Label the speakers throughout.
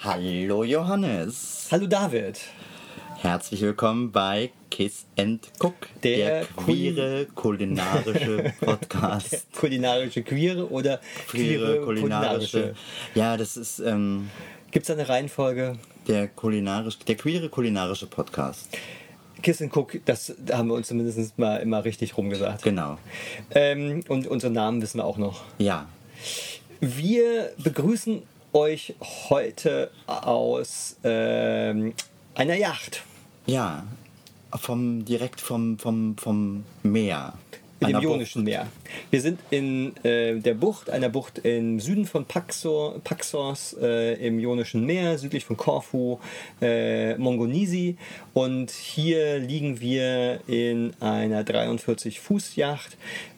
Speaker 1: Hallo Johannes.
Speaker 2: Hallo David.
Speaker 1: Herzlich willkommen bei Kiss and Cook,
Speaker 2: Der
Speaker 1: der, queere kulinarische Podcast.
Speaker 2: Kulinarische Queere oder Queere Kulinarische.
Speaker 1: Ja, das ist ähm,
Speaker 2: Gibt es da eine Reihenfolge?
Speaker 1: der kulinarisch, der queere kulinarische Podcast.
Speaker 2: Kiss and Cook, das haben wir uns zumindest mal immer richtig rumgesagt.
Speaker 1: Genau.
Speaker 2: Ähm, und unsere Namen wissen wir auch noch.
Speaker 1: Ja.
Speaker 2: Wir begrüßen euch heute aus ähm, einer Yacht.
Speaker 1: Ja. Vom direkt vom vom vom Meer.
Speaker 2: Mit dem
Speaker 1: Einer Bucht.
Speaker 2: Ionischen Meer. Wir sind in äh, der Bucht, einer Bucht im Süden von Paxor, Paxos, äh, im Ionischen Meer, südlich von Korfu, äh, Mongonisi. Und hier liegen wir in einer 43-Fuß-Yacht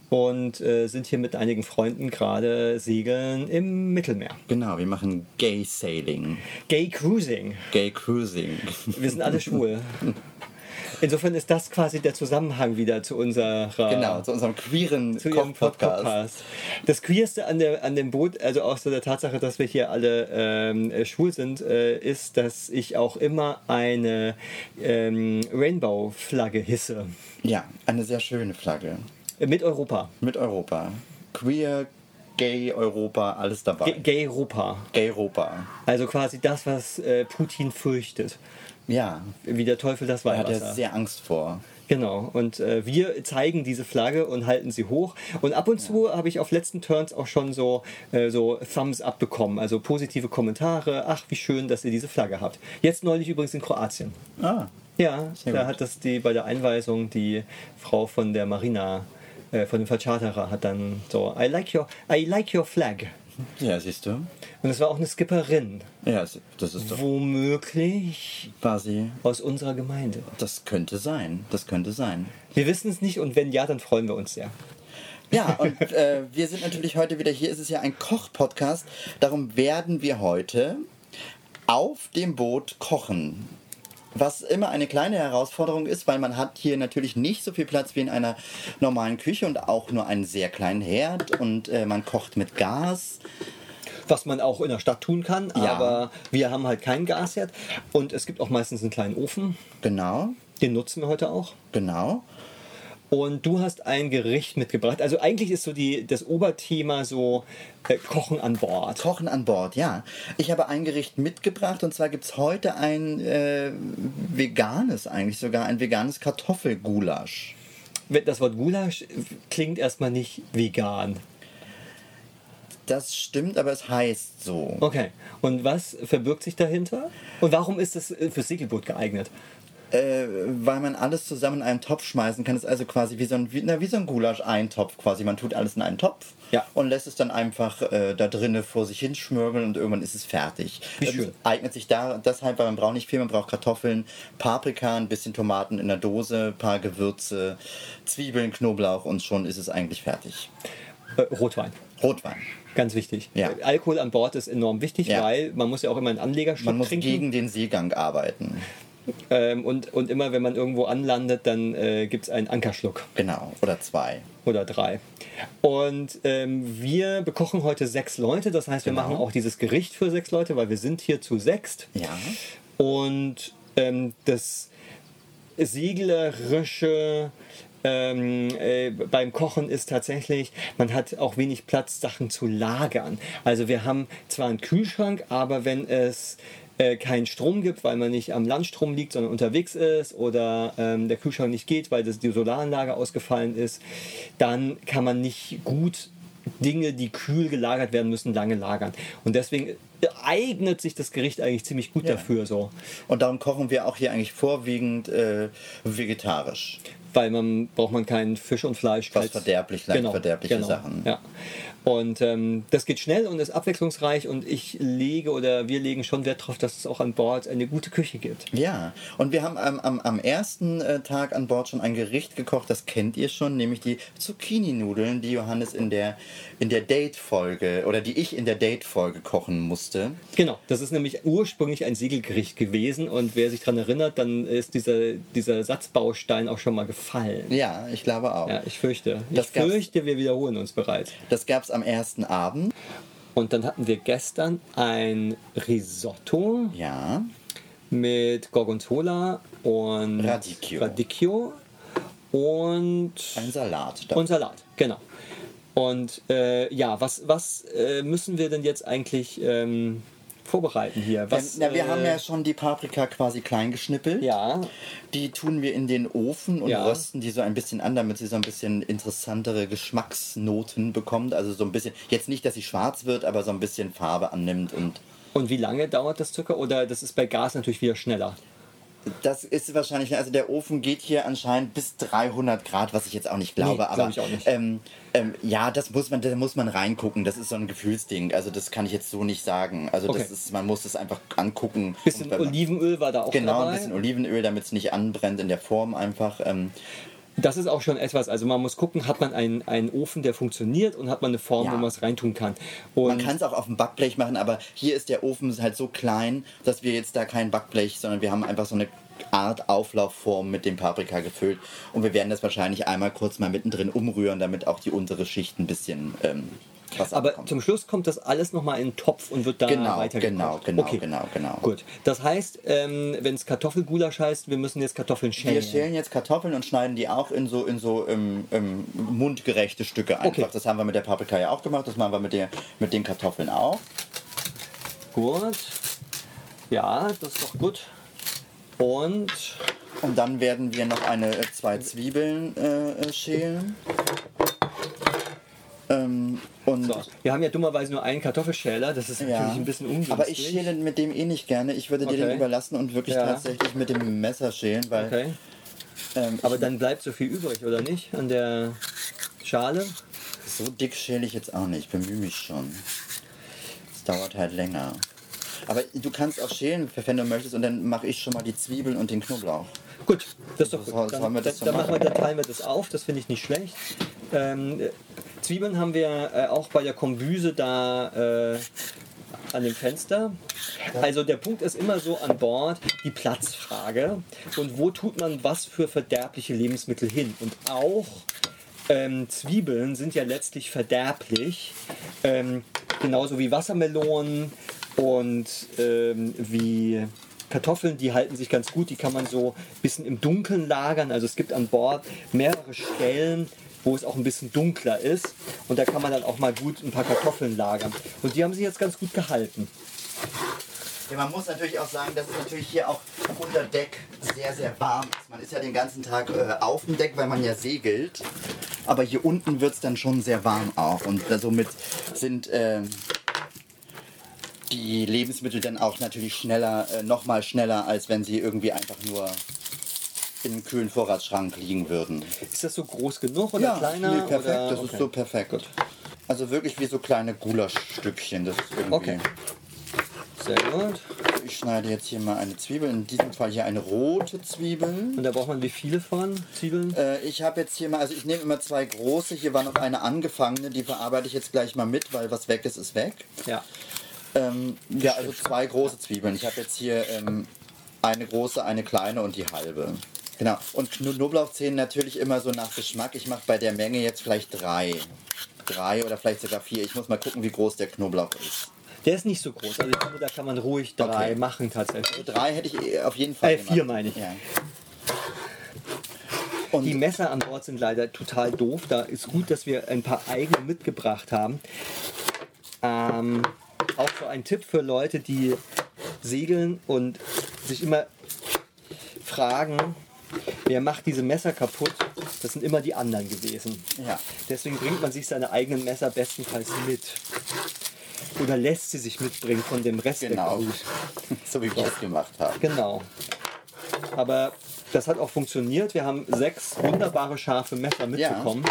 Speaker 2: und äh, sind hier mit einigen Freunden gerade segeln im Mittelmeer.
Speaker 1: Genau, wir machen Gay Sailing,
Speaker 2: Gay Cruising.
Speaker 1: Gay Cruising.
Speaker 2: Wir sind alle schwul. Insofern ist das quasi der Zusammenhang wieder zu unserer
Speaker 1: Genau, zu unserem queeren
Speaker 2: zu ihrem Podcast.
Speaker 1: Koch-Podcast.
Speaker 2: Das Queerste an, der, an dem Boot, also außer der Tatsache, dass wir hier alle ähm, äh, schwul sind, äh, ist, dass ich auch immer eine ähm, Rainbow-Flagge hisse.
Speaker 1: Ja, eine sehr schöne Flagge.
Speaker 2: Äh, Mit Europa.
Speaker 1: Mit Europa. Queer, Gay, Europa, alles dabei.
Speaker 2: G- Gay-Europa.
Speaker 1: Gay Europa.
Speaker 2: Also quasi das, was äh, Putin fürchtet.
Speaker 1: Ja,
Speaker 2: Wie der Teufel das
Speaker 1: da hat
Speaker 2: Weihwasser.
Speaker 1: er sehr Angst vor.
Speaker 2: Genau, und äh, wir zeigen diese Flagge und halten sie hoch. Und ab und zu habe ich auf letzten Turns auch schon so, äh, so Thumbs up bekommen, also positive Kommentare. Ach, wie schön, dass ihr diese Flagge habt. Jetzt neulich übrigens in Kroatien.
Speaker 1: Ah,
Speaker 2: Ja, da
Speaker 1: gut.
Speaker 2: hat das die bei der Einweisung die Frau von der Marina, äh, von dem Vercharterer, hat dann so, I like your, I like your flag.
Speaker 1: ja, siehst du.
Speaker 2: Und es war auch eine Skipperin,
Speaker 1: Ja, es- das ist doch
Speaker 2: womöglich
Speaker 1: quasi.
Speaker 2: aus unserer Gemeinde.
Speaker 1: Das könnte sein. Das könnte sein.
Speaker 2: Wir wissen es nicht und wenn ja, dann freuen wir uns sehr.
Speaker 1: Ja, und äh, wir sind natürlich heute wieder hier. Es ist ja ein Koch-Podcast. Darum werden wir heute auf dem Boot kochen. Was immer eine kleine Herausforderung ist, weil man hat hier natürlich nicht so viel Platz wie in einer normalen Küche und auch nur einen sehr kleinen Herd und äh, man kocht mit Gas.
Speaker 2: was man auch in der Stadt tun kann,
Speaker 1: Ja.
Speaker 2: aber wir haben halt keinen Gasherd und es gibt auch meistens einen kleinen Ofen,
Speaker 1: Genau,
Speaker 2: den nutzen wir heute auch.
Speaker 1: genau.
Speaker 2: Und du hast ein Gericht mitgebracht. Also eigentlich ist so die, das Oberthema so äh, Kochen an Bord.
Speaker 1: Kochen an Bord, ja. Ich habe ein Gericht mitgebracht und zwar gibt es heute ein äh, veganes, eigentlich sogar ein veganes Kartoffelgulasch.
Speaker 2: Wenn- Das Wort Gulasch klingt erstmal nicht vegan.
Speaker 1: Das stimmt, aber es heißt so.
Speaker 2: Okay. Und was verbirgt sich dahinter? Und warum ist es äh, fürs Segelboot geeignet?
Speaker 1: Äh, weil man alles zusammen in einen Topf schmeißen kann. Das ist also quasi wie so ein, wie, na, wie so ein Gulasch-Eintopf quasi. Man tut alles in einen Topf
Speaker 2: Ja.
Speaker 1: und lässt es dann einfach äh, da drinnen vor sich hinschmürgeln und irgendwann ist es fertig.
Speaker 2: Wie
Speaker 1: das
Speaker 2: schön.
Speaker 1: eignet sich da deshalb, weil man braucht nicht viel. Man braucht Kartoffeln, Paprika, ein bisschen Tomaten in der Dose, ein paar Gewürze, Zwiebeln, Knoblauch und schon ist es eigentlich fertig.
Speaker 2: Äh, Rotwein.
Speaker 1: Rotwein.
Speaker 2: Ganz wichtig.
Speaker 1: Ja.
Speaker 2: Äh, Alkohol an Bord ist enorm wichtig,
Speaker 1: Ja.
Speaker 2: weil man muss ja auch immer einen Anlegerschluck
Speaker 1: Man muss
Speaker 2: trinken.
Speaker 1: gegen den Seegang arbeiten.
Speaker 2: Ähm, und, und immer, wenn man irgendwo anlandet, dann äh, gibt es einen Ankerschluck
Speaker 1: Genau. Oder zwei.
Speaker 2: oder drei. Und ähm, wir bekochen heute sechs Leute. Das heißt, wir machen auch dieses Gericht für sechs Leute, weil wir sind hier zu sechst.
Speaker 1: Ja.
Speaker 2: Und ähm, das seglerische ähm, äh, beim Kochen ist tatsächlich, man hat auch wenig Platz, Sachen zu lagern. Also wir haben zwar einen Kühlschrank, aber wenn es äh, keinen Strom gibt, weil man nicht am Landstrom liegt, sondern unterwegs ist oder ähm, der Kühlschrank nicht geht, weil das, die Solaranlage ausgefallen ist, dann kann man nicht gut Dinge, die kühl gelagert werden müssen, lange lagern. Und deswegen eignet sich das Gericht eigentlich ziemlich gut dafür, so,
Speaker 1: Und darum kochen wir auch hier eigentlich vorwiegend äh, vegetarisch.
Speaker 2: weil man braucht man keinen Fisch und Fleisch.
Speaker 1: Was
Speaker 2: als- Genau,
Speaker 1: verderblich, leicht verderbliche Sachen.
Speaker 2: Ja. Und ähm, das geht schnell und ist abwechslungsreich und ich lege oder wir legen schon Wert darauf, dass es auch an Bord eine gute Küche gibt.
Speaker 1: Ja, und wir haben am, am, am ersten äh, Tag an Bord schon ein Gericht gekocht, das kennt ihr schon, nämlich die Zucchini-Nudeln, die Johannes in der, in der Date-Folge oder die ich in der Date-Folge kochen musste.
Speaker 2: Genau, das ist nämlich ursprünglich ein Segelgericht gewesen und wer sich daran erinnert, dann ist dieser, dieser Satzbaustein auch schon mal gefallen.
Speaker 1: Ja, ich glaube auch.
Speaker 2: Ja, ich fürchte.
Speaker 1: Das
Speaker 2: ich
Speaker 1: gab's-
Speaker 2: fürchte, wir wiederholen uns bereits.
Speaker 1: Das gab es am ersten Abend.
Speaker 2: Und dann hatten wir gestern ein Risotto
Speaker 1: Ja.
Speaker 2: mit Gorgonzola und
Speaker 1: Radicchio.
Speaker 2: Radicchio und
Speaker 1: Ein Salat.
Speaker 2: und Salat, genau. Und äh, ja, was, was äh, müssen wir denn jetzt eigentlich ähm, vorbereiten hier? Was,
Speaker 1: na, wir
Speaker 2: äh,
Speaker 1: haben ja schon die Paprika quasi klein geschnippelt.
Speaker 2: ja,
Speaker 1: Die tun wir in den Ofen und
Speaker 2: Ja.
Speaker 1: rösten die so ein bisschen an, damit sie so ein bisschen interessantere Geschmacksnoten bekommt. Also so ein bisschen, jetzt nicht, dass sie schwarz wird, aber so ein bisschen Farbe annimmt. Und
Speaker 2: Und wie lange dauert das circa? Oder das ist bei Gas natürlich wieder schneller.
Speaker 1: das ist wahrscheinlich, also der Ofen geht hier anscheinend bis 300 Grad, was ich jetzt auch nicht glaube.
Speaker 2: glaub
Speaker 1: aber
Speaker 2: ich auch nicht.
Speaker 1: Ähm, ähm, ja, das muss man, da muss man reingucken. Das ist so ein Gefühlsding. Also das kann ich jetzt so nicht sagen. Also
Speaker 2: Okay.
Speaker 1: das ist, man muss das einfach angucken.
Speaker 2: Bisschen
Speaker 1: Und wenn man-
Speaker 2: Olivenöl war da auch
Speaker 1: Genau,
Speaker 2: dabei.
Speaker 1: ein bisschen Olivenöl, damit es nicht anbrennt in der Form einfach. Ähm,
Speaker 2: das ist auch schon etwas. Also man muss gucken, hat man einen, einen Ofen, der funktioniert und hat man eine Form,
Speaker 1: Ja.
Speaker 2: wo man es reintun kann. Und
Speaker 1: Man kann es auch auf dem Backblech machen, aber hier ist der Ofen halt so klein, dass wir jetzt da kein Backblech, sondern wir haben einfach so eine Art Auflaufform mit dem Paprika gefüllt. Und wir werden das wahrscheinlich einmal kurz mal mittendrin umrühren, damit auch die untere Schicht ein bisschen ähm, was
Speaker 2: aber
Speaker 1: abkommt.
Speaker 2: zum Schluss kommt das alles nochmal in den Topf und wird da
Speaker 1: Genau,
Speaker 2: weitergekocht.
Speaker 1: genau, genau,
Speaker 2: okay.
Speaker 1: genau, genau.
Speaker 2: Gut. Das heißt, ähm, wenn es Kartoffelgulasch heißt, wir müssen jetzt Kartoffeln schälen.
Speaker 1: Wir schälen jetzt Kartoffeln und schneiden die auch in so, in so ähm, ähm, mundgerechte Stücke einfach.
Speaker 2: Okay.
Speaker 1: Das haben wir mit der Paprika ja auch gemacht, das machen wir mit, der, mit den Kartoffeln auch.
Speaker 2: Gut. Ja, das ist doch gut. Und
Speaker 1: Und dann werden wir noch eine äh, zwei Zwiebeln äh, äh, schälen. Ähm, und
Speaker 2: so. wir haben ja dummerweise nur einen Kartoffelschäler. Das ist
Speaker 1: ja,
Speaker 2: natürlich ein bisschen ungünstig.
Speaker 1: aber ich schäle mit dem eh nicht gerne. Ich würde dir
Speaker 2: Okay.
Speaker 1: den überlassen und wirklich
Speaker 2: Ja.
Speaker 1: tatsächlich mit dem Messer schälen, weil
Speaker 2: Okay.
Speaker 1: ähm,
Speaker 2: Aber dann bleibt so viel übrig, oder nicht? An der Schale?
Speaker 1: so dick schäle ich jetzt auch nicht. Ich bemühe mich schon. Es dauert halt länger. Aber du kannst auch schälen, wenn du möchtest, und dann mache ich schon mal die Zwiebeln und den Knoblauch.
Speaker 2: Gut, das ist doch
Speaker 1: So,
Speaker 2: gut.
Speaker 1: Also, sollen
Speaker 2: Dann,
Speaker 1: wir das so
Speaker 2: dann, machen wir,
Speaker 1: machen?
Speaker 2: dann teilen wir das auf, das finde ich nicht schlecht. Ähm, äh, Zwiebeln haben wir äh, auch bei der Kombüse da äh, an dem Fenster. Also der Punkt ist immer so an Bord die Platzfrage und wo tut man was für verderbliche Lebensmittel hin und auch ähm, Zwiebeln sind ja letztlich verderblich, ähm, genauso wie Wassermelonen und ähm, wie Kartoffeln, die halten sich ganz gut, die kann man so ein bisschen im Dunkeln lagern. Also es gibt an Bord mehrere Stellen, wo es auch ein bisschen dunkler ist und da kann man dann auch mal gut ein paar Kartoffeln lagern. Und die haben sich jetzt ganz gut gehalten.
Speaker 1: Ja, man muss natürlich auch sagen, dass es natürlich hier auch unter Deck sehr, sehr warm ist. Man ist ja den ganzen Tag äh, auf dem Deck, weil man ja segelt. Aber hier unten wird es dann schon sehr warm auch. Und da- somit sind ähm, die Lebensmittel dann auch natürlich schneller, äh, nochmal schneller, als wenn sie irgendwie einfach nur im kühlen Vorratsschrank liegen würden.
Speaker 2: Ist das so groß genug oder kleiner?
Speaker 1: nee, perfekt.
Speaker 2: oder?
Speaker 1: Das
Speaker 2: Okay.
Speaker 1: ist so perfekt.
Speaker 2: Gut.
Speaker 1: Also wirklich wie so kleine Gulaschstückchen. Das ist irgendwie
Speaker 2: Okay. Sehr gut.
Speaker 1: Ich schneide jetzt hier mal eine Zwiebel, in diesem Fall hier eine rote Zwiebel.
Speaker 2: Und da braucht man wie viele von? Zwiebeln?
Speaker 1: Äh, ich habe jetzt hier mal, also ich nehme immer zwei große, hier war noch eine angefangene, die verarbeite ich jetzt gleich mal mit, weil was weg ist, ist weg.
Speaker 2: Ja.
Speaker 1: Ähm, ja, also zwei große Zwiebeln. Ich habe jetzt hier ähm, eine große, eine kleine und die halbe. Genau. Und Kno- Knoblauchzehen natürlich immer so nach Geschmack. Ich mache bei der Menge jetzt vielleicht drei. Drei oder vielleicht sogar vier. Ich muss mal gucken, wie groß der Knoblauch ist.
Speaker 2: Der ist nicht so groß. Also ich finde, da kann man ruhig drei
Speaker 1: Okay.
Speaker 2: machen tatsächlich.
Speaker 1: Drei hätte ich eh auf jeden Fall.
Speaker 2: Äh, vier
Speaker 1: gemacht.
Speaker 2: meine ich.
Speaker 1: Ja.
Speaker 2: Die Messer an Bord sind leider total doof. Da ist gut, dass wir ein paar eigene mitgebracht haben. Ähm, auch so ein Tipp für Leute, die segeln und sich immer fragen, wer macht diese Messer kaputt? Das sind immer die anderen gewesen.
Speaker 1: Ja.
Speaker 2: Deswegen bringt man sich seine eigenen Messer bestenfalls mit. Oder lässt sie sich mitbringen von dem Rest
Speaker 1: Genau.
Speaker 2: der Crew.
Speaker 1: So wie wir es gemacht haben.
Speaker 2: Genau. Aber das hat auch funktioniert. Wir haben sechs wunderbare scharfe Messer mitbekommen.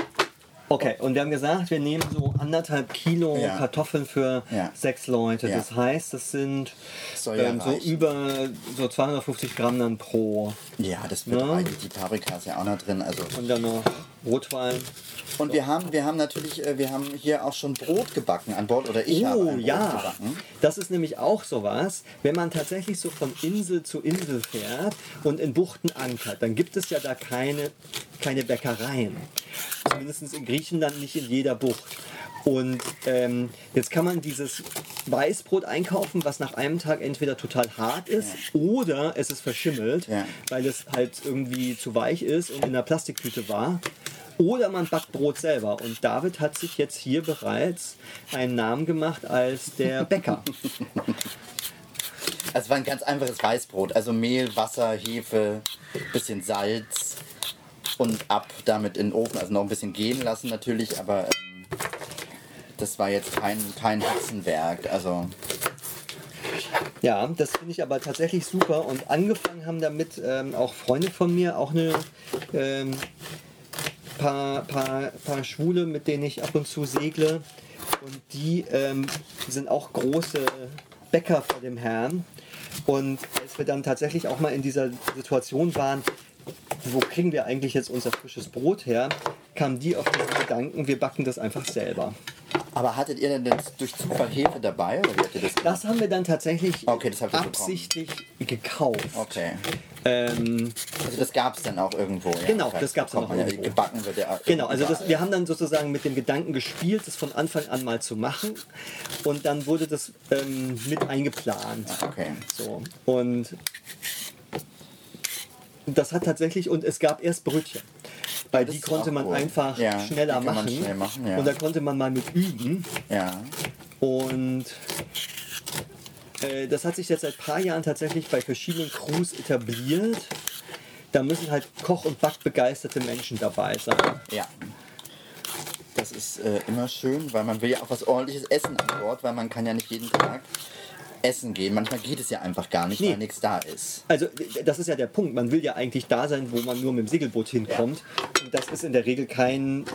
Speaker 2: Okay, und wir haben gesagt, wir nehmen so anderthalb Kilo
Speaker 1: Ja.
Speaker 2: Kartoffeln für
Speaker 1: Ja.
Speaker 2: sechs Leute.
Speaker 1: Ja.
Speaker 2: Das heißt, das sind
Speaker 1: Soll ja
Speaker 2: ähm, so
Speaker 1: reichen.
Speaker 2: über so 250 Gramm dann pro.
Speaker 1: Ja, das wird
Speaker 2: Ja.
Speaker 1: eigentlich die Paprika ist ja auch noch drin. Also.
Speaker 2: Und dann noch Rotwein.
Speaker 1: Und wir haben, wir haben natürlich, äh, wir haben hier auch schon Brot gebacken an Bord oder ich habe ein
Speaker 2: Oh
Speaker 1: Brot
Speaker 2: ja,
Speaker 1: gebacken.
Speaker 2: das ist nämlich auch sowas, wenn man tatsächlich so von Insel zu Insel fährt und in Buchten ankert, dann gibt es ja da keine, keine Bäckereien. Zumindest in Griechenland nicht in jeder Bucht. Und ähm, jetzt kann man dieses Weißbrot einkaufen, was nach einem Tag entweder total hart ist oder es ist verschimmelt,
Speaker 1: Ja.
Speaker 2: weil es halt irgendwie zu weich ist und in einer Plastiktüte war. Oder man backt Brot selber. Und David hat sich jetzt hier bereits einen Namen gemacht als der Bäcker.
Speaker 1: Also es war ein ganz einfaches Weißbrot. Also Mehl, Wasser, Hefe, bisschen Salz und ab damit in den Ofen. Also noch ein bisschen gehen lassen natürlich, aber ähm, das war jetzt kein, kein Hexenwerk. Also
Speaker 2: Ja, das finde ich aber tatsächlich super. Und angefangen haben damit ähm, auch Freunde von mir, auch eine ähm, paar, paar, paar Schwule, mit denen ich ab und zu segle. Und die ähm, sind auch große Bäcker vor dem Herrn. Und als wir dann tatsächlich auch mal in dieser Situation waren, wo kriegen wir eigentlich jetzt unser frisches Brot her, kamen die auf diesen Gedanken, wir backen das einfach selber.
Speaker 1: Aber hattet ihr denn jetzt durch Zufall Hefe dabei? Oder wie habt ihr das gemacht?
Speaker 2: Das haben wir dann tatsächlich
Speaker 1: Okay, das habt ihr bekommen.
Speaker 2: absichtlich gekauft.
Speaker 1: Okay.
Speaker 2: Ähm,
Speaker 1: Also das gab es dann auch irgendwo. Ja.
Speaker 2: Genau,
Speaker 1: Weil
Speaker 2: das gab's
Speaker 1: kommt
Speaker 2: noch
Speaker 1: man ja,
Speaker 2: irgendwo.
Speaker 1: Gebacken wird ja.
Speaker 2: Genau, also
Speaker 1: überall.
Speaker 2: das, wir haben dann sozusagen mit dem Gedanken gespielt, das von Anfang an mal zu machen. Und dann wurde das ähm, mit eingeplant.
Speaker 1: Okay.
Speaker 2: So. Und das hat tatsächlich, und es gab erst Brötchen. Weil
Speaker 1: Das
Speaker 2: die
Speaker 1: ist
Speaker 2: konnte
Speaker 1: auch
Speaker 2: man
Speaker 1: cool.
Speaker 2: einfach
Speaker 1: Ja,
Speaker 2: schneller
Speaker 1: die kann man
Speaker 2: machen.
Speaker 1: schnell machen, ja.
Speaker 2: Und da konnte man mal mit üben.
Speaker 1: Ja.
Speaker 2: Und äh, das hat sich jetzt seit ein paar Jahren tatsächlich bei verschiedenen Crews etabliert. Da müssen halt Koch- und Backbegeisterte Menschen dabei sein.
Speaker 1: Ja. Das ist äh, immer schön, weil man will ja auch was ordentliches essen an Bord, weil man kann ja nicht jeden Tag essen gehen. Manchmal geht es ja einfach gar nicht,
Speaker 2: Nee.
Speaker 1: weil nichts da ist.
Speaker 2: Also d- das ist ja der Punkt. Man will ja eigentlich da sein, wo man nur mit dem Segelboot hinkommt. Und das ist in der Regel kein,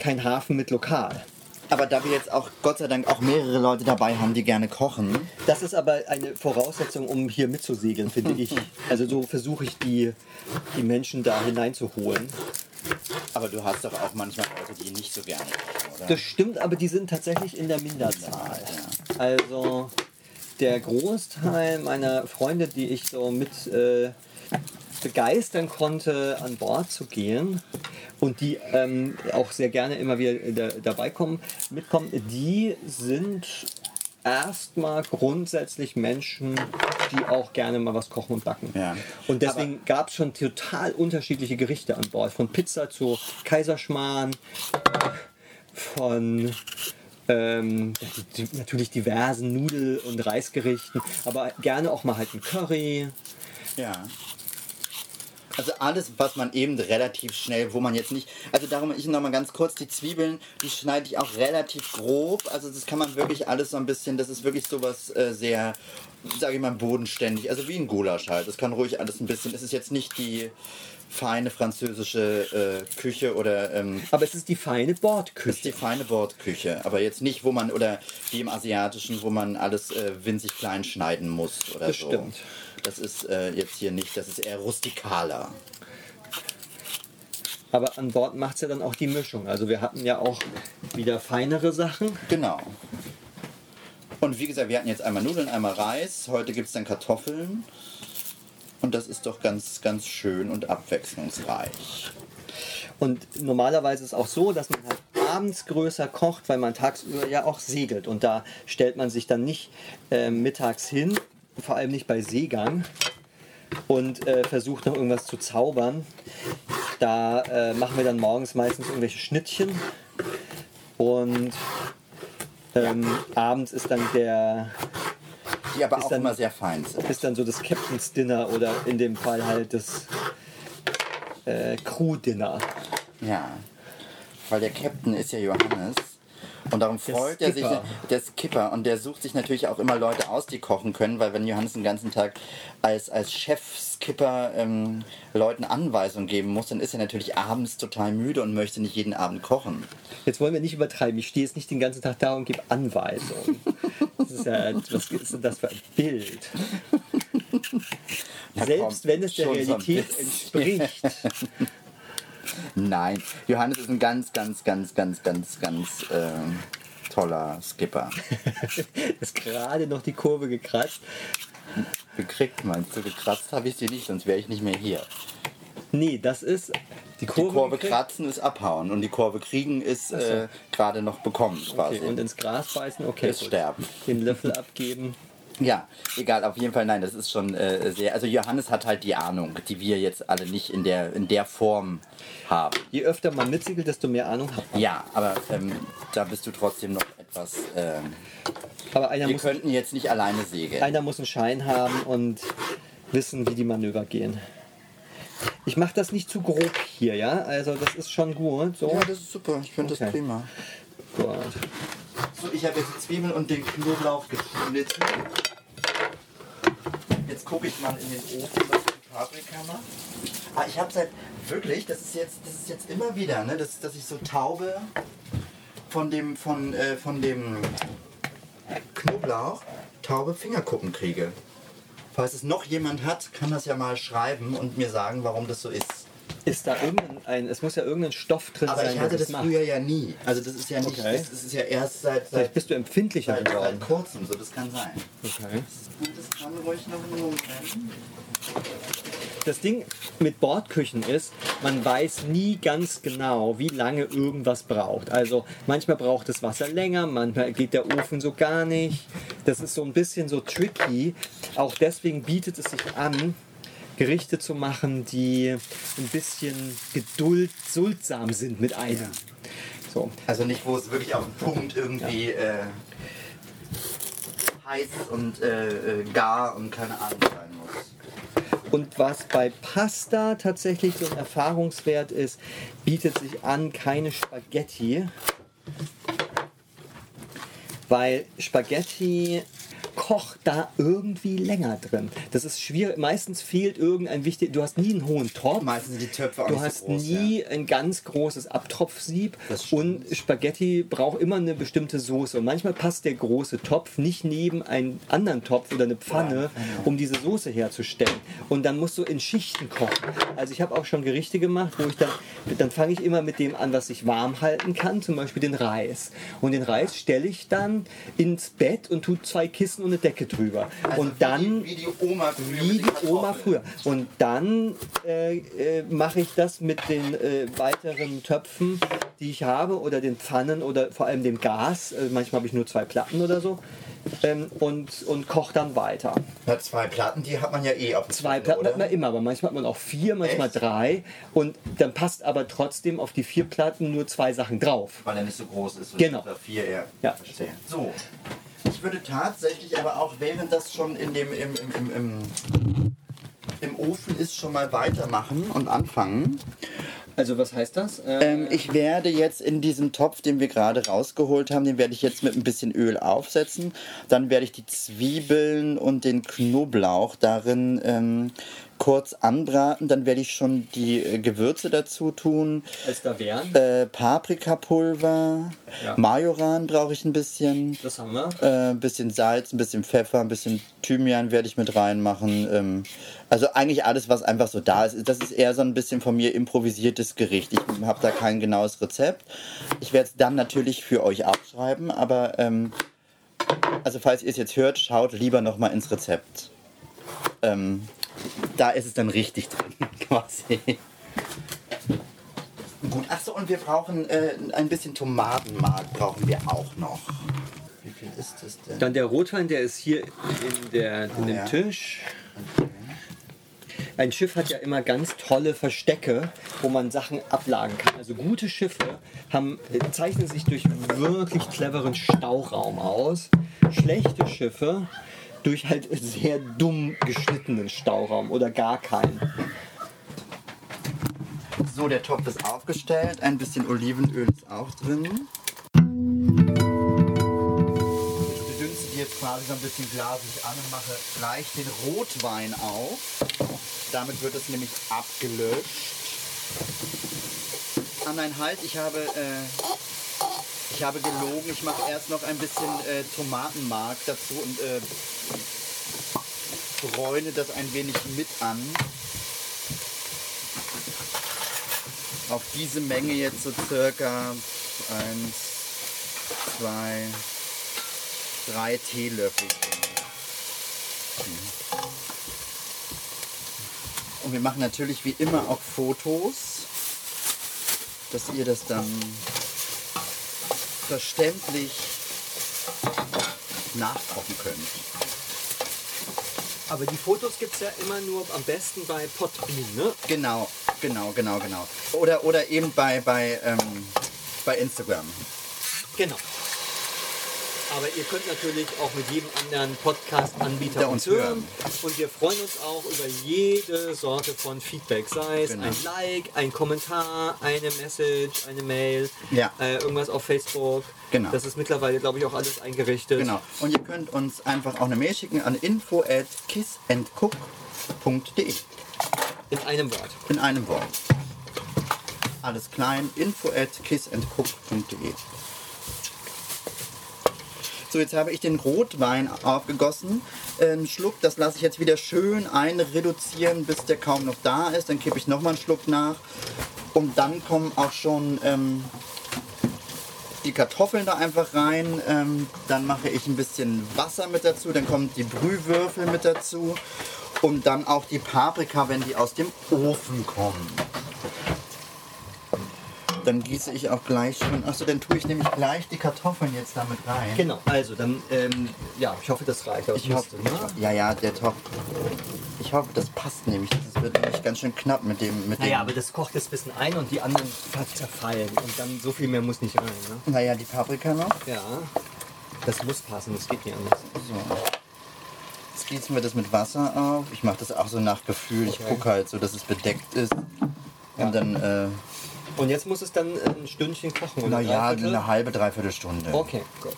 Speaker 2: kein Hafen mit Lokal.
Speaker 1: Aber da wir jetzt auch Gott sei Dank auch mehrere Leute dabei haben, die gerne kochen,
Speaker 2: Das ist aber eine Voraussetzung, um hier mitzusegeln, finde ich. Also so versuche ich die, die Menschen da hineinzuholen.
Speaker 1: aber du hast doch auch manchmal Leute, die nicht so gerne kochen, oder?
Speaker 2: Das stimmt, aber die sind tatsächlich in der Minderzahl. Also der Großteil meiner Freunde, die ich so mit äh, begeistern konnte, an Bord zu gehen und die ähm, auch sehr gerne immer wieder äh, da, dabei kommen, mitkommen, die sind erstmal grundsätzlich Menschen, die auch gerne mal was kochen und backen.
Speaker 1: Ja.
Speaker 2: Und deswegen gab es schon total unterschiedliche Gerichte an Bord. Von Pizza zu Kaiserschmarrn, von ähm, die- die- natürlich diversen Nudel- und Reisgerichten, aber gerne auch mal halt ein Curry.
Speaker 1: Ja. Also alles, was man eben relativ schnell, wo man jetzt nicht. Also darum ich nochmal ganz kurz, die Zwiebeln, die schneide ich auch relativ grob. Also das kann man wirklich alles so ein bisschen, das ist wirklich sowas äh, sehr, sage ich mal, bodenständig. Also wie ein Gulasch halt. Das kann ruhig alles ein bisschen. Es ist jetzt nicht die feine französische äh, Küche oder ähm,
Speaker 2: Aber es ist die feine
Speaker 1: ist die
Speaker 2: Bordküche.
Speaker 1: feine Bordküche. Aber jetzt nicht, wo man, oder wie im Asiatischen, wo man alles äh, winzig klein schneiden muss oder
Speaker 2: Das
Speaker 1: so.
Speaker 2: stimmt.
Speaker 1: Das ist äh, jetzt hier nicht, das ist eher rustikaler.
Speaker 2: Aber an Bord macht es ja dann auch die Mischung. Also wir hatten ja auch wieder feinere Sachen.
Speaker 1: Genau. Und wie gesagt, wir hatten jetzt einmal Nudeln, einmal Reis, heute gibt es dann Kartoffeln. Und das ist doch ganz, ganz schön und abwechslungsreich.
Speaker 2: Und normalerweise ist es auch so, dass man halt abends größer kocht, weil man tagsüber ja auch segelt. Und da stellt man sich dann nicht äh, mittags hin, vor allem nicht bei Seegang, und äh, versucht noch irgendwas zu zaubern. Da äh, machen wir dann morgens meistens irgendwelche Schnittchen. Und ähm, abends ist dann der
Speaker 1: Die aber auch
Speaker 2: dann-
Speaker 1: immer sehr fein sind.
Speaker 2: ist dann so das Captain's Dinner oder in dem Fall halt das äh, Crew Dinner.
Speaker 1: Ja. Weil der Captain ist ja Johannes. Und darum freut er sich,
Speaker 2: Skipper.
Speaker 1: der Skipper. Und der sucht sich natürlich auch immer Leute aus, die kochen können, weil wenn Johannes den ganzen Tag als, als Chef-Skipper ähm, Leuten Anweisungen geben muss, dann ist er natürlich abends total müde und möchte nicht jeden Abend kochen.
Speaker 2: Jetzt wollen wir nicht übertreiben. Ich stehe jetzt nicht den ganzen Tag da und gebe Anweisungen. Das ist ja, was ist denn das für ein Bild? Selbst
Speaker 1: komm,
Speaker 2: wenn es der
Speaker 1: schon so ein
Speaker 2: Realität
Speaker 1: bisschen.
Speaker 2: entspricht.
Speaker 1: Nein, Johannes ist ein ganz, ganz, ganz, ganz, ganz, ganz ähm, toller Skipper.
Speaker 2: Ist gerade noch die Kurve gekratzt.
Speaker 1: Gekriegt, meinst du? Gekratzt habe ich sie nicht, sonst wäre ich nicht mehr hier.
Speaker 2: Nee, das ist
Speaker 1: Die Kurve, die Kurve kratzen ist abhauen und die Kurve kriegen ist äh, gerade noch bekommen quasi.
Speaker 2: Okay, und ins Gras beißen, okay.
Speaker 1: Ist sterben.
Speaker 2: Den Löffel abgeben.
Speaker 1: Ja, egal, auf jeden Fall, nein, das ist schon äh, sehr. Also Johannes hat halt die Ahnung, die wir jetzt alle nicht in der, in der Form haben.
Speaker 2: Je öfter man mitsegelt, desto mehr Ahnung hat man.
Speaker 1: Ja, aber ähm, da bist du trotzdem noch etwas. Ähm,
Speaker 2: Aber einer
Speaker 1: wir
Speaker 2: muss,
Speaker 1: könnten jetzt nicht alleine segeln.
Speaker 2: einer muss einen Schein haben und wissen, wie die Manöver gehen. Ich mache das nicht zu grob hier, ja? Also das ist schon gut. So.
Speaker 1: das ist super, ich finde
Speaker 2: Okay. Gut.
Speaker 1: So, ich habe jetzt die Zwiebeln und den Knoblauch geschnitten. Jetzt gucke ich mal in den Ofen, was die Paprika macht. Ah, ich habe seit wirklich, das ist jetzt, das ist jetzt immer wieder, ne, dass, dass ich so taube von dem, von, äh, von dem Knoblauch taube Fingerkuppen kriege. Falls es noch jemand hat, kann das ja mal schreiben und mir sagen, warum das so ist.
Speaker 2: Ist da irgendein, es muss ja irgendein Stoff drin
Speaker 1: Aber
Speaker 2: sein,
Speaker 1: ich
Speaker 2: der
Speaker 1: hatte das
Speaker 2: macht.
Speaker 1: früher ja nie. Also das ist ja nicht,
Speaker 2: Okay.
Speaker 1: das, das ist ja erst seit,
Speaker 2: Vielleicht
Speaker 1: seit
Speaker 2: bist du empfindlicher
Speaker 1: Seit, seit
Speaker 2: geworden.
Speaker 1: kurzem, so das kann sein.
Speaker 2: Okay.
Speaker 1: Das kann ruhig noch einen Moment.
Speaker 2: Das Ding mit Bordküchen ist, man weiß nie ganz genau, wie lange irgendwas braucht. Also manchmal braucht das Wasser länger, manchmal geht der Ofen so gar nicht. Das ist so ein bisschen so tricky. Auch deswegen bietet es sich an, Gerichte zu machen, die ein bisschen geduldsam sind mit einem. So,
Speaker 1: Also nicht, wo es wirklich auf den Punkt irgendwie äh, heiß und äh, äh, gar und keine Ahnung sein muss.
Speaker 2: Und was bei Pasta tatsächlich so ein Erfahrungswert ist, bietet sich an keine Spaghetti. Weil Spaghetti kocht da irgendwie länger drin. Das ist schwierig. Meistens fehlt irgendein wichtig. Du hast nie einen hohen Topf.
Speaker 1: Meistens sind die Töpfe auch
Speaker 2: Du
Speaker 1: nicht
Speaker 2: hast
Speaker 1: so groß.
Speaker 2: nie ein ganz großes Abtropfsieb
Speaker 1: Das stimmt.
Speaker 2: und Spaghetti braucht immer eine bestimmte Soße. Und manchmal passt der große Topf nicht neben einen anderen Topf oder eine Pfanne, um diese Soße herzustellen. Und dann musst du in Schichten kochen. Also ich habe auch schon Gerichte gemacht, wo ich dann, dann fange ich immer mit dem an, was ich warm halten kann, zum Beispiel den Reis. Und den Reis stelle ich dann ins Bett und tue zwei Kissen und eine Decke drüber.
Speaker 1: ja. Also
Speaker 2: und
Speaker 1: wie
Speaker 2: dann
Speaker 1: die, wie die Oma früher.
Speaker 2: wie
Speaker 1: mit den
Speaker 2: die Oma
Speaker 1: Kartoffeln.
Speaker 2: früher. Und dann äh, äh, mache ich das mit den äh, weiteren Töpfen, die ich habe, oder den Pfannen oder vor allem dem Gas. Äh, manchmal habe ich nur zwei Platten oder so. Ähm, und und koche dann weiter.
Speaker 1: Na, zwei Platten, die hat man ja eh auf dem
Speaker 2: Zwei
Speaker 1: Teller,
Speaker 2: Platten hat man
Speaker 1: oder?
Speaker 2: immer, aber manchmal hat man auch vier, manchmal
Speaker 1: Echt?
Speaker 2: drei. Und dann passt aber trotzdem auf die vier Platten nur zwei Sachen drauf.
Speaker 1: Weil er nicht so groß ist. so
Speaker 2: Genau.
Speaker 1: Oder vier, ja.
Speaker 2: Ja.
Speaker 1: Verstehe. So. Ich würde tatsächlich aber auch, während das schon in dem, im, im, im, im, im Ofen ist, schon mal weitermachen und anfangen.
Speaker 2: Also was heißt das?
Speaker 1: Ähm, ich werde jetzt in diesem Topf, den wir gerade rausgeholt haben, den werde ich jetzt mit ein bisschen Öl aufsetzen. Dann werde ich die Zwiebeln und den Knoblauch darin ähm, kurz anbraten. Dann werde ich schon die äh, Gewürze dazu tun.
Speaker 2: als da wären,
Speaker 1: Äh, Paprikapulver,
Speaker 2: Ja.
Speaker 1: Majoran brauche ich ein bisschen,
Speaker 2: das haben wir.
Speaker 1: äh, ein bisschen Salz, ein bisschen Pfeffer, ein bisschen Thymian werde ich mit reinmachen. Ähm, also eigentlich alles, was einfach so da ist. Das ist eher so ein bisschen von mir improvisiertes Gericht. Ich habe da kein genaues Rezept. Ich werde es dann natürlich für euch aufschreiben, aber ähm, also falls ihr es jetzt hört, schaut lieber nochmal ins Rezept. Ähm, da ist es dann richtig drin, quasi. Gut, achso, und wir brauchen äh, ein bisschen Tomatenmark brauchen wir auch noch. Wie viel ist das denn?
Speaker 2: Dann der Rotwein, der ist hier in, der, in dem
Speaker 1: ja.
Speaker 2: Tisch. Ein Schiff hat ja immer ganz tolle Verstecke, wo man Sachen ablagen kann. Also gute Schiffe haben, äh, zeichnen sich durch wirklich cleveren Stauraum aus. Schlechte Schiffe durch halt sehr dumm geschnittenen Stauraum oder gar keinen.
Speaker 1: So, der Topf ist aufgestellt, ein bisschen Olivenöl ist auch drin. Ich bedünste die jetzt quasi so ein bisschen glasig an und mache gleich den Rotwein auf. Damit wird es nämlich abgelöscht. Ah nein, halt, ich habe, äh, ich habe gelogen. Ich mache erst noch ein bisschen äh, Tomatenmark dazu und äh, bräune das ein wenig mit an. auf diese Menge jetzt so circa 1, 2, 3 Teelöffel. Und wir machen natürlich wie immer auch Fotos dass ihr das dann verständlich nachkochen könnt.
Speaker 2: Aber die Fotos gibt es ja immer nur am besten bei Potbean, ne?
Speaker 1: Genau, genau, genau, genau. Oder, oder eben bei, bei, ähm, bei Instagram.
Speaker 2: Genau. Aber ihr könnt natürlich auch mit jedem anderen Podcast-Anbieter
Speaker 1: Der
Speaker 2: uns
Speaker 1: uns
Speaker 2: hören. Und wir freuen uns auch über jede Sorte von Feedback. Sei es
Speaker 1: Genau.
Speaker 2: ein Like, ein Kommentar, eine Message, eine Mail,
Speaker 1: Ja.
Speaker 2: äh, irgendwas auf Facebook.
Speaker 1: Genau.
Speaker 2: Das ist mittlerweile, glaube ich, auch alles eingerichtet.
Speaker 1: Genau. Und ihr könnt uns einfach auch eine Mail schicken an info at kissandcook.de.
Speaker 2: In einem Wort.
Speaker 1: In einem Wort. Alles klein, info at kissandcook.de. So, jetzt habe ich den Rotwein aufgegossen. Äh, Einen Schluck, das lasse ich jetzt wieder schön einreduzieren, bis der kaum noch da ist. Dann kippe ich nochmal einen Schluck nach. Und dann kommen auch schon ähm, die Kartoffeln da einfach rein. Ähm, dann mache ich ein bisschen Wasser mit dazu. Dann kommen die Brühwürfel mit dazu. Und dann auch die Paprika, wenn die aus dem Ofen kommen. Dann gieße ich auch gleich schon. Achso, dann tue ich nämlich gleich die Kartoffeln jetzt damit rein.
Speaker 2: Genau. Also, dann, ähm, ja, ich hoffe, das reicht. Aber
Speaker 1: Ich
Speaker 2: das
Speaker 1: hoffe,
Speaker 2: müsste, ne?
Speaker 1: ja, ja, der Top. Ich hoffe, das passt nämlich. Das wird nämlich ganz schön knapp mit dem. Mit
Speaker 2: Naja, aber
Speaker 1: dem
Speaker 2: das kocht jetzt ein bisschen ein und die anderen zerfallen. Und dann so viel mehr muss nicht rein. Ne?
Speaker 1: naja, die Paprika noch.
Speaker 2: Ja. Das muss passen, das geht nicht anders.
Speaker 1: So. Jetzt gießen wir das mit Wasser auf. Ich mache das auch so nach Gefühl. Ich
Speaker 2: Okay.
Speaker 1: gucke halt so, dass es bedeckt ist.
Speaker 2: Ja.
Speaker 1: Und dann, äh,
Speaker 2: Und jetzt muss es dann ein Stündchen kochen, oder?
Speaker 1: naja,
Speaker 2: Dreiviertel?
Speaker 1: eine halbe, dreiviertel Stunde.
Speaker 2: Okay, gut.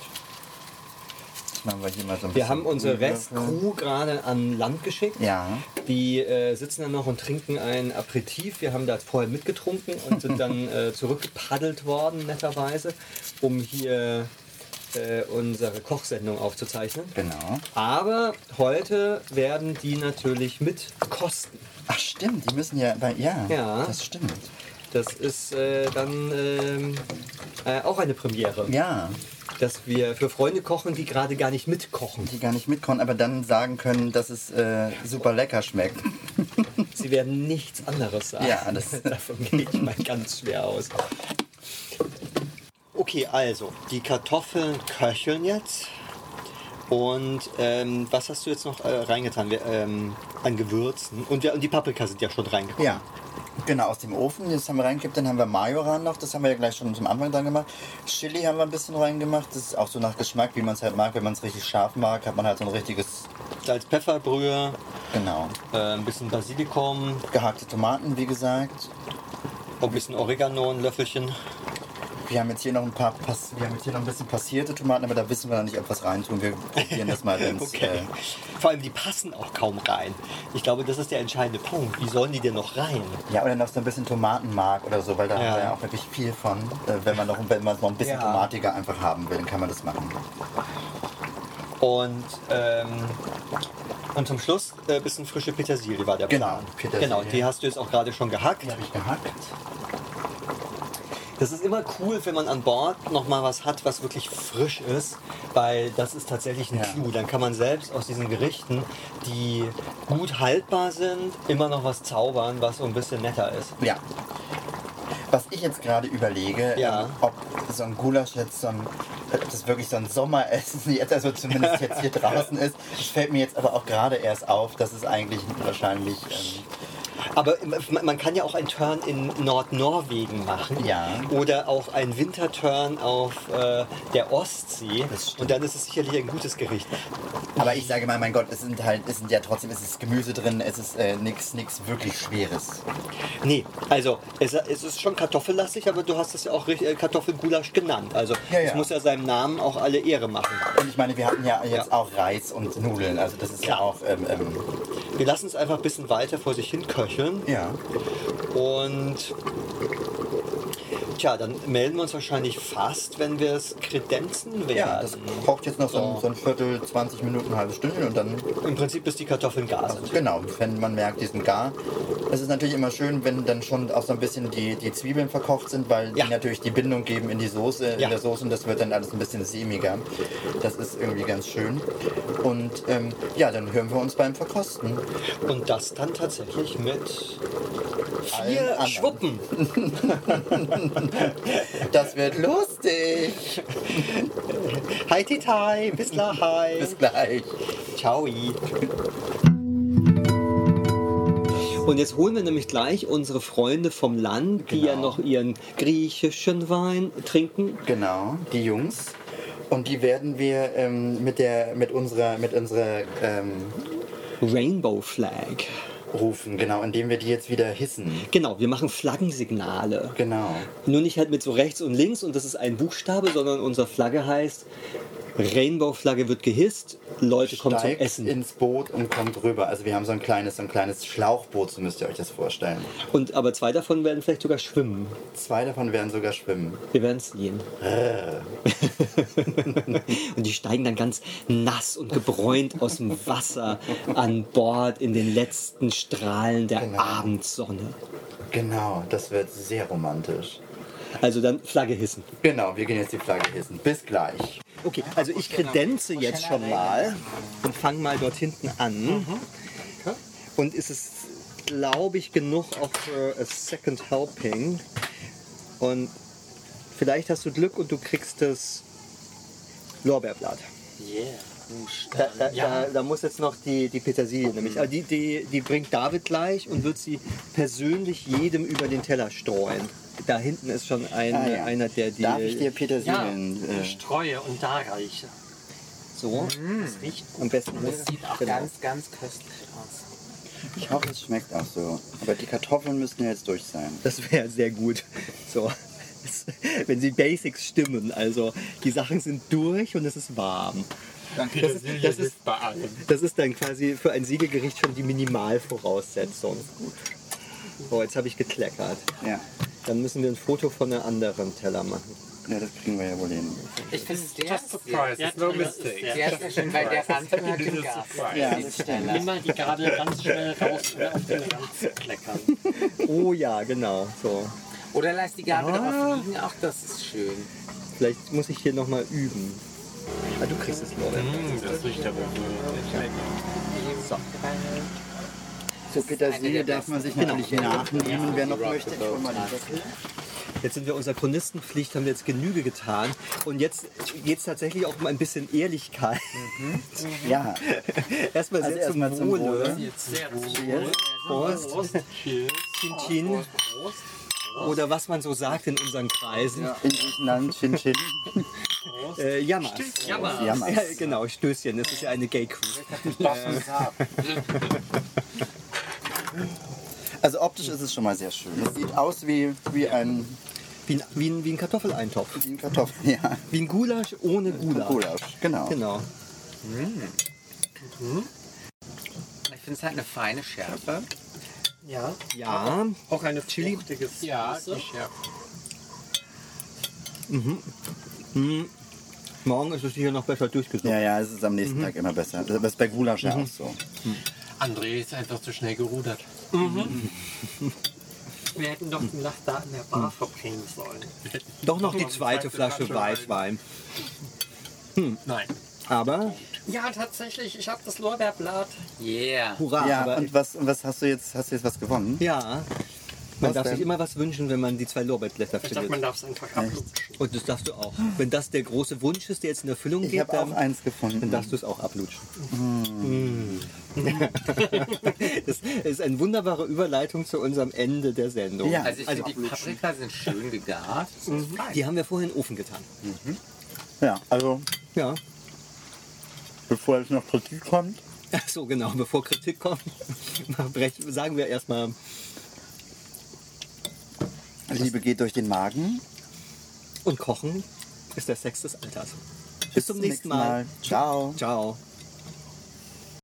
Speaker 1: Jetzt machen wir hier mal so ein
Speaker 2: Wir
Speaker 1: bisschen
Speaker 2: haben unsere
Speaker 1: Brühwürfel.
Speaker 2: Restcrew gerade an Land geschickt.
Speaker 1: Ja.
Speaker 2: Die äh, sitzen dann noch und trinken ein Aperitif. Wir haben da vorher mitgetrunken und sind dann äh, zurückgepaddelt worden, netterweise, um hier äh, unsere Kochsendung aufzuzeichnen.
Speaker 1: Genau.
Speaker 2: Aber heute werden die natürlich mit kosten.
Speaker 1: Ach stimmt, die müssen ja, bei, ja,
Speaker 2: Ja.
Speaker 1: das stimmt.
Speaker 2: Das ist äh, dann ähm, äh, auch eine Premiere.
Speaker 1: Ja,
Speaker 2: dass wir für Freunde kochen, die gerade gar nicht mitkochen.
Speaker 1: die gar nicht mitkommen, aber dann sagen können, dass es äh, super lecker schmeckt.
Speaker 2: Sie werden nichts anderes sagen.
Speaker 1: Ja, das-
Speaker 2: Davon gehe ich mal ganz schwer aus. Okay, also, die Kartoffeln köcheln jetzt. Und ähm, was hast du jetzt noch äh, reingetan? Wir, ähm, an Gewürzen. Und, wir, und die Paprika sind ja schon reingekommen.
Speaker 1: Ja, genau, aus dem Ofen. Das haben wir reingekippt. Dann haben wir Majoran noch. Das haben wir ja gleich schon zum Anfang dran gemacht. Chili haben wir ein bisschen reingemacht. Das ist auch so nach Geschmack, wie man es halt mag. Wenn man es richtig scharf mag, hat man halt so ein richtiges,
Speaker 2: Salz, Pfefferbrühe,
Speaker 1: genau,
Speaker 2: äh, ein bisschen Basilikum,
Speaker 1: gehackte Tomaten, wie gesagt.
Speaker 2: ein bisschen Oregano, ein Löffelchen.
Speaker 1: Wir haben jetzt hier noch ein paar, Pass wir haben jetzt hier noch ein bisschen passierte Tomaten, aber da wissen wir noch nicht, ob wir es reintun. Wir probieren das mal, äh, wenn es...
Speaker 2: Okay. Vor allem, die passen auch kaum rein. Ich glaube, das ist der entscheidende Punkt. Wie sollen die denn noch rein?
Speaker 1: Äh, ja, oder noch so ein bisschen Tomatenmark oder so, weil da
Speaker 2: Ja.
Speaker 1: haben wir ja auch wirklich viel von. Äh, wenn man noch, wenn man es noch ein bisschen
Speaker 2: Ja.
Speaker 1: tomatiger einfach haben will, dann kann man das machen.
Speaker 2: Und, ähm, und zum Schluss ein äh, bisschen frische Petersilie war der
Speaker 1: Genau,
Speaker 2: Plan.
Speaker 1: Petersilie.
Speaker 2: Genau, die hast du jetzt auch gerade schon gehackt.
Speaker 1: Die habe ich gehackt.
Speaker 2: Das ist immer cool, wenn man an Bord nochmal was hat, was wirklich frisch ist, weil das ist tatsächlich ein
Speaker 1: Ja.
Speaker 2: Clou. Dann kann man selbst aus diesen Gerichten, die gut haltbar sind, immer noch was zaubern, was so ein bisschen netter ist.
Speaker 1: Ja. Was ich jetzt gerade überlege,
Speaker 2: Ja.
Speaker 1: ähm, ob so ein Gulasch jetzt so ein, ob das wirklich so ein Sommeressen jetzt, also zumindest jetzt hier draußen ist. Es fällt mir jetzt aber auch gerade erst auf, dass es eigentlich wahrscheinlich, ähm,
Speaker 2: Aber man man kann ja auch einen Turn in Nordnorwegen machen.
Speaker 1: Ja.
Speaker 2: Oder auch einen Winterturn auf äh, der Ostsee.
Speaker 1: Das stimmt.
Speaker 2: Und dann ist es sicherlich ein gutes Gericht.
Speaker 1: aber ich sage mal, mein Gott, es sind halt, es sind ja trotzdem, es ist Gemüse drin, es ist äh, nichts nix wirklich Schweres.
Speaker 2: Nee, also es, es ist schon kartoffellastig, aber du hast es ja auch richtig- äh, Kartoffelgulasch genannt. Also
Speaker 1: Ja,
Speaker 2: es
Speaker 1: ja.
Speaker 2: muss ja seinem Namen auch alle Ehre machen.
Speaker 1: Und ich meine, wir hatten ja jetzt
Speaker 2: Ja.
Speaker 1: auch Reis und Nudeln, also das ist ja,
Speaker 2: Klar.
Speaker 1: auch, ähm, ähm,
Speaker 2: Wir lassen es einfach ein bisschen weiter vor sich hin köcheln.
Speaker 1: ja.
Speaker 2: Und Tja, dann melden wir uns wahrscheinlich fast, wenn wir es kredenzen werden.
Speaker 1: Ja, das braucht jetzt noch so ein, so ein Viertel, 20 Minuten, ein halbes Stündchen und dann
Speaker 2: Im Prinzip bis die Kartoffeln gar sind.
Speaker 1: Genau, wenn man merkt, die sind gar. Es ist natürlich immer schön, wenn dann schon auch so ein bisschen die, die Zwiebeln verkocht sind, weil
Speaker 2: Ja.
Speaker 1: die natürlich die Bindung geben in die Soße,
Speaker 2: Ja.
Speaker 1: in der Soße und das wird dann alles ein bisschen sämiger. Das ist irgendwie ganz schön. Und ähm, ja, dann hören wir uns beim Verkosten.
Speaker 2: Und das dann tatsächlich mit
Speaker 1: Allen
Speaker 2: vier
Speaker 1: anderen.
Speaker 2: Schwuppen.
Speaker 1: Das wird lustig.
Speaker 2: Hi Titai, bis gleich.
Speaker 1: Bis gleich.
Speaker 2: Ciao. Und jetzt holen wir nämlich gleich unsere Freunde vom Land, die ja noch ihren griechischen Wein trinken.
Speaker 1: Genau, die Jungs. Und die werden wir ähm, mit der mit unserer mit unserer ähm,
Speaker 2: Rainbow Flag.
Speaker 1: rufen, genau, indem wir die jetzt wieder hissen.
Speaker 2: Genau, wir machen Flaggensignale.
Speaker 1: Genau.
Speaker 2: Nur nicht halt mit so rechts und links und das ist ein Buchstabe, sondern unsere Flagge heißt Rainbow-Flagge wird gehisst, Leute kommen zum
Speaker 1: Steigt
Speaker 2: Essen.
Speaker 1: ins Boot und kommt rüber. Also wir haben so ein kleines, so ein kleines Schlauchboot, so müsst ihr euch das vorstellen.
Speaker 2: Und aber zwei davon werden vielleicht sogar schwimmen.
Speaker 1: Zwei davon werden sogar schwimmen.
Speaker 2: Wir werden es sehen. und die steigen dann ganz nass und gebräunt aus dem Wasser an Bord in den letzten Strahlen der
Speaker 1: Genau.
Speaker 2: Abendsonne.
Speaker 1: Genau, das wird sehr romantisch.
Speaker 2: Also dann Flagge hissen.
Speaker 1: Genau, wir gehen jetzt die Flagge hissen. Bis gleich.
Speaker 2: Okay, also ich kredenze jetzt schon mal und fange mal dort hinten an. Und ist es, glaube ich, genug auch für a second helping. Und vielleicht hast du Glück und du kriegst das Lorbeerblatt. Da, da, da, da muss jetzt noch die, die Petersilie
Speaker 3: Mhm.
Speaker 2: nämlich. Also die, die, die bringt David gleich und wird sie persönlich jedem über den Teller streuen. Da hinten ist schon ein,
Speaker 1: Ah, ja.
Speaker 2: einer, der die.
Speaker 1: Darf ich dir
Speaker 3: Ja,
Speaker 1: Petersilien? äh,
Speaker 3: streue und da reiche.
Speaker 2: so
Speaker 3: Das riecht
Speaker 2: am besten.
Speaker 3: Mhm. Das sieht auch
Speaker 2: Genau.
Speaker 3: ganz, ganz köstlich aus.
Speaker 1: ich hoffe, es schmeckt auch so. Aber die Kartoffeln müssen ja jetzt durch sein.
Speaker 2: Das wäre sehr gut. So. Es- Wenn die Basics stimmen, also die Sachen sind durch und es ist warm.
Speaker 3: Danke,
Speaker 2: Das ist- das ist-
Speaker 3: bei allem.
Speaker 2: Das ist dann quasi für ein Siegelgericht schon die Minimalvoraussetzung. So, jetzt habe ich gekleckert.
Speaker 1: Ja.
Speaker 2: Dann müssen wir ein Foto von einem anderen Teller machen.
Speaker 1: ja, das kriegen wir ja wohl hin.
Speaker 4: Ich finde es
Speaker 3: Der ist surprise, it's no mistake.
Speaker 4: Der ist schön, weil der Anfang hat den Gas.
Speaker 1: Ja, das stimmt.
Speaker 3: Immer die Gabel ganz schnell raus, ohne auf den Rand zu kleckern.
Speaker 2: Oh ja, genau. So.
Speaker 4: Oder lass die Gabel drauf liegen, auch das ist schön.
Speaker 2: Vielleicht muss ich hier nochmal üben. Ah, du kriegst es, Lorenz.
Speaker 1: Mhm.
Speaker 3: Das riecht aber
Speaker 2: So.
Speaker 1: Zur Petersilie darf man sich natürlich nachnehmen, wer noch möchte. Ich hol mal die Deckel.
Speaker 2: Jetzt sind wir unserer Chronistenpflicht, haben wir jetzt Genüge getan. Und jetzt geht es tatsächlich auch um ein bisschen Ehrlichkeit.
Speaker 1: Ja,
Speaker 2: Erstmal sehr
Speaker 1: Mhm. Also
Speaker 2: zum,
Speaker 1: erstmal zum
Speaker 2: Wohle.
Speaker 1: Wohle.
Speaker 2: Prost. Chin Chin. Oder was man so sagt in unseren Kreisen. Ja.
Speaker 1: in Griechenland, Chin Chin.
Speaker 2: Äh, Jammers.
Speaker 3: Jammer.
Speaker 1: Jammers.
Speaker 2: Ja, genau, Stößchen. Das ist ja eine Gay Crew.
Speaker 1: Also optisch ist es schon mal sehr schön. Es sieht aus wie, wie, ein,
Speaker 2: Wie ein, wie, ein, wie ein Kartoffeleintopf.
Speaker 1: wie ein Kartoffel. Ja,
Speaker 2: Wie ein Gulasch ohne Gulasch.
Speaker 1: Gulasch. Genau.
Speaker 2: Genau.
Speaker 4: Ich finde es halt eine feine Schärfe.
Speaker 3: Ja,
Speaker 2: Ja,
Speaker 3: auch eine fruchtige
Speaker 4: Ja,
Speaker 3: Soße.
Speaker 4: die Schärfe.
Speaker 2: morgen ist es sicher noch besser durchgesucht.
Speaker 1: Ja, ja, es ist am
Speaker 2: Mhm.
Speaker 1: nächsten Tag immer besser. Das ist bei Gulasch ja auch so.
Speaker 4: André ist einfach zu schnell gerudert.
Speaker 3: Mhm.
Speaker 4: Mhm.
Speaker 3: Wir hätten doch die Nacht da in der Bar verbringen sollen.
Speaker 2: Doch noch die zweite Flasche Weißwein.
Speaker 4: Nein.
Speaker 2: Aber,
Speaker 3: Ja, tatsächlich, ich habe das Lorbeerblatt.
Speaker 4: Yeah.
Speaker 2: hurra,
Speaker 1: ja,
Speaker 2: Ah, aber
Speaker 1: und was, und was hast du jetzt? Hast du jetzt was gewonnen?
Speaker 2: Ja. Man
Speaker 1: Was
Speaker 2: darf
Speaker 1: denn?
Speaker 2: sich immer was wünschen, wenn man die zwei Lorbeerblätter
Speaker 3: Ich dachte, man
Speaker 2: findet.
Speaker 3: darf es einfach ablutschen.
Speaker 2: Und das darfst du auch. Wenn das der große Wunsch ist, der jetzt in Erfüllung
Speaker 1: Ich
Speaker 2: geht,
Speaker 1: habe auch
Speaker 2: dann,
Speaker 1: eins
Speaker 2: dann
Speaker 1: gefunden.
Speaker 2: darfst du es auch ablutschen. Mm. das ist eine wunderbare Überleitung zu unserem Ende der Sendung.
Speaker 1: Ja.
Speaker 4: Also ich
Speaker 2: Also
Speaker 4: finde, die Paprika sind schön gegart.
Speaker 3: Mhm.
Speaker 2: Die haben wir vorher in den Ofen getan.
Speaker 1: Ja, also
Speaker 2: Ja.
Speaker 1: bevor jetzt noch Kritik kommt.
Speaker 2: Ach so, genau. Bevor Kritik kommt, brech- sagen wir erstmal Also
Speaker 1: Liebe geht durch den Magen.
Speaker 2: und kochen ist der Sex des Alters. Bis zum nächsten Mal.
Speaker 1: Ciao.
Speaker 2: Ciao.